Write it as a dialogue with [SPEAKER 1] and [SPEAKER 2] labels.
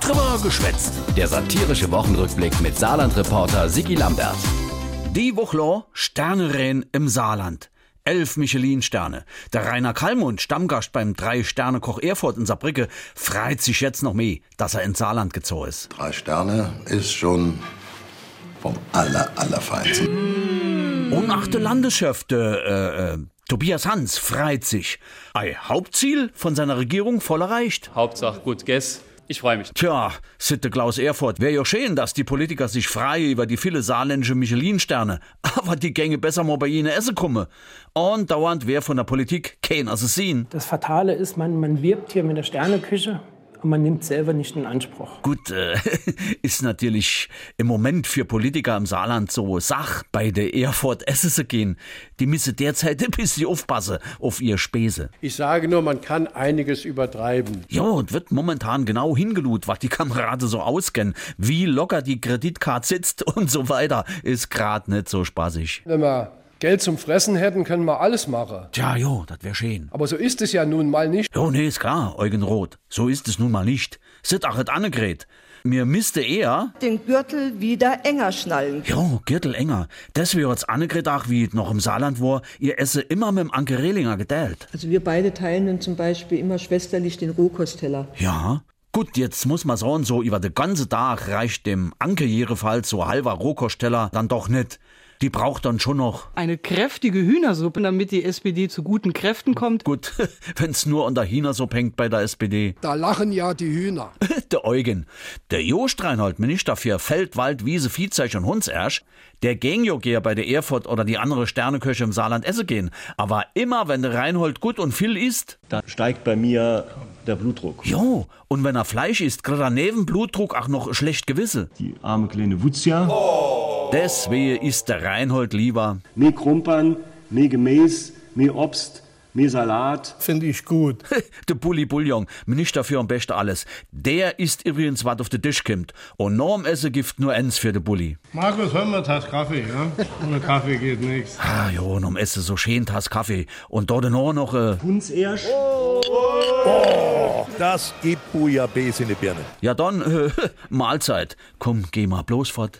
[SPEAKER 1] Trimmer geschwätzt. Der satirische Wochenrückblick mit Saarland-Reporter Sigi Lambert.
[SPEAKER 2] Die Wuchler, Sternerähen im Saarland. Elf Michelin-Sterne. Der Rainer Kallmund, Stammgast beim Drei-Sterne-Koch Erfurt in Saarbrücke, freut sich jetzt noch mehr, dass er ins Saarland gezogen ist.
[SPEAKER 3] Drei Sterne ist schon vom aller, allerfeinsten.
[SPEAKER 2] Und auch der Landeschef, der, äh, äh, Tobias Hans, freut sich. Ei, Hauptziel von seiner Regierung voll erreicht.
[SPEAKER 4] Hauptsache gut Guess. Ich freue mich.
[SPEAKER 2] Tja, sitte Klaus Erfurt, wär ja schön, dass die Politiker sich frei über die viele saarländische Michelin-Sterne, aber die gänge besser mal bei ihnen essen komme. Und dauernd wär von der Politik kein Assassin.
[SPEAKER 5] Das Fatale ist, man, man wirbt hier mit der Sterneküche und man nimmt selber nicht in Anspruch.
[SPEAKER 2] Gut, äh, ist natürlich im Moment für Politiker im Saarland so Sach bei der Erfurt Essese gehen. Die müssen derzeit ein bisschen aufpassen auf ihr Späße.
[SPEAKER 6] Ich sage nur, man kann einiges übertreiben.
[SPEAKER 2] Ja, und wird momentan genau hingelut, was die Kamerade so auskennen, wie locker die Kreditkarte sitzt und so weiter. Ist grad nicht so spaßig.
[SPEAKER 6] Wenn wir Geld zum Fressen hätten, können wir alles machen.
[SPEAKER 2] Tja, jo, das wär schön.
[SPEAKER 6] Aber so ist es ja nun mal nicht.
[SPEAKER 2] Jo, nee, ist klar, Eugen Roth. So ist es nun mal nicht. Sitt achet Annegret. Mir müsste eher,
[SPEAKER 7] den Gürtel wieder enger schnallen.
[SPEAKER 2] jo, Gürtel enger. Deswegen hat's Annegret auch, wie noch im Saarland war, ihr esse immer mit dem Anke Rehlinger geteilt.
[SPEAKER 8] Also wir beide teilen dann zum Beispiel immer schwesterlich den Rohkosteller.
[SPEAKER 2] Ja. Gut, jetzt muss man sagen, so über den ganzen Tag reicht dem Anke jedenfalls so halber Rohkosteller dann doch nicht. Die braucht dann schon noch
[SPEAKER 9] eine kräftige Hühnersuppe, damit die SPD zu guten Kräften kommt.
[SPEAKER 2] Gut, wenn's nur an der China so hängt bei der SPD.
[SPEAKER 6] Da lachen ja die Hühner.
[SPEAKER 2] der Eugen. Der Jost Reinhold, Minister für Feld, Wald, Wiese, Viehzeug und Hundsersch, der ging jo gär bei der Erfurt oder die andere Sterneköche im Saarland esse gehen. Aber immer, wenn der Reinhold gut und viel isst,
[SPEAKER 10] Da steigt bei mir der Blutdruck.
[SPEAKER 2] jo, und wenn er Fleisch isst, kriegt er neben Blutdruck auch noch schlecht Gewisse.
[SPEAKER 10] Die arme kleine Wutzia.
[SPEAKER 2] Deswegen isst der Reinhold lieber.
[SPEAKER 10] Mehr Krumpern, mehr Gemäß, mehr Obst, mehr Salat.
[SPEAKER 6] Finde ich gut.
[SPEAKER 2] der Bulli Bouillon, Minister für am besten alles. Der isst übrigens, was auf den Tisch kommt. Und norm Essen gibt nur eins für den Bulli.
[SPEAKER 11] Markus, hol mir eine Tasse Kaffee, ja? Ohne Kaffee geht nichts.
[SPEAKER 2] Ah, jo, und um Essen so schön Tass Kaffee. Und dort noch noch, äh,
[SPEAKER 10] Hunsersch.
[SPEAKER 12] Oh, Das gibt Bouillabaisse in die Birne.
[SPEAKER 2] ja dann, äh, Mahlzeit. Komm, geh mal bloß fort.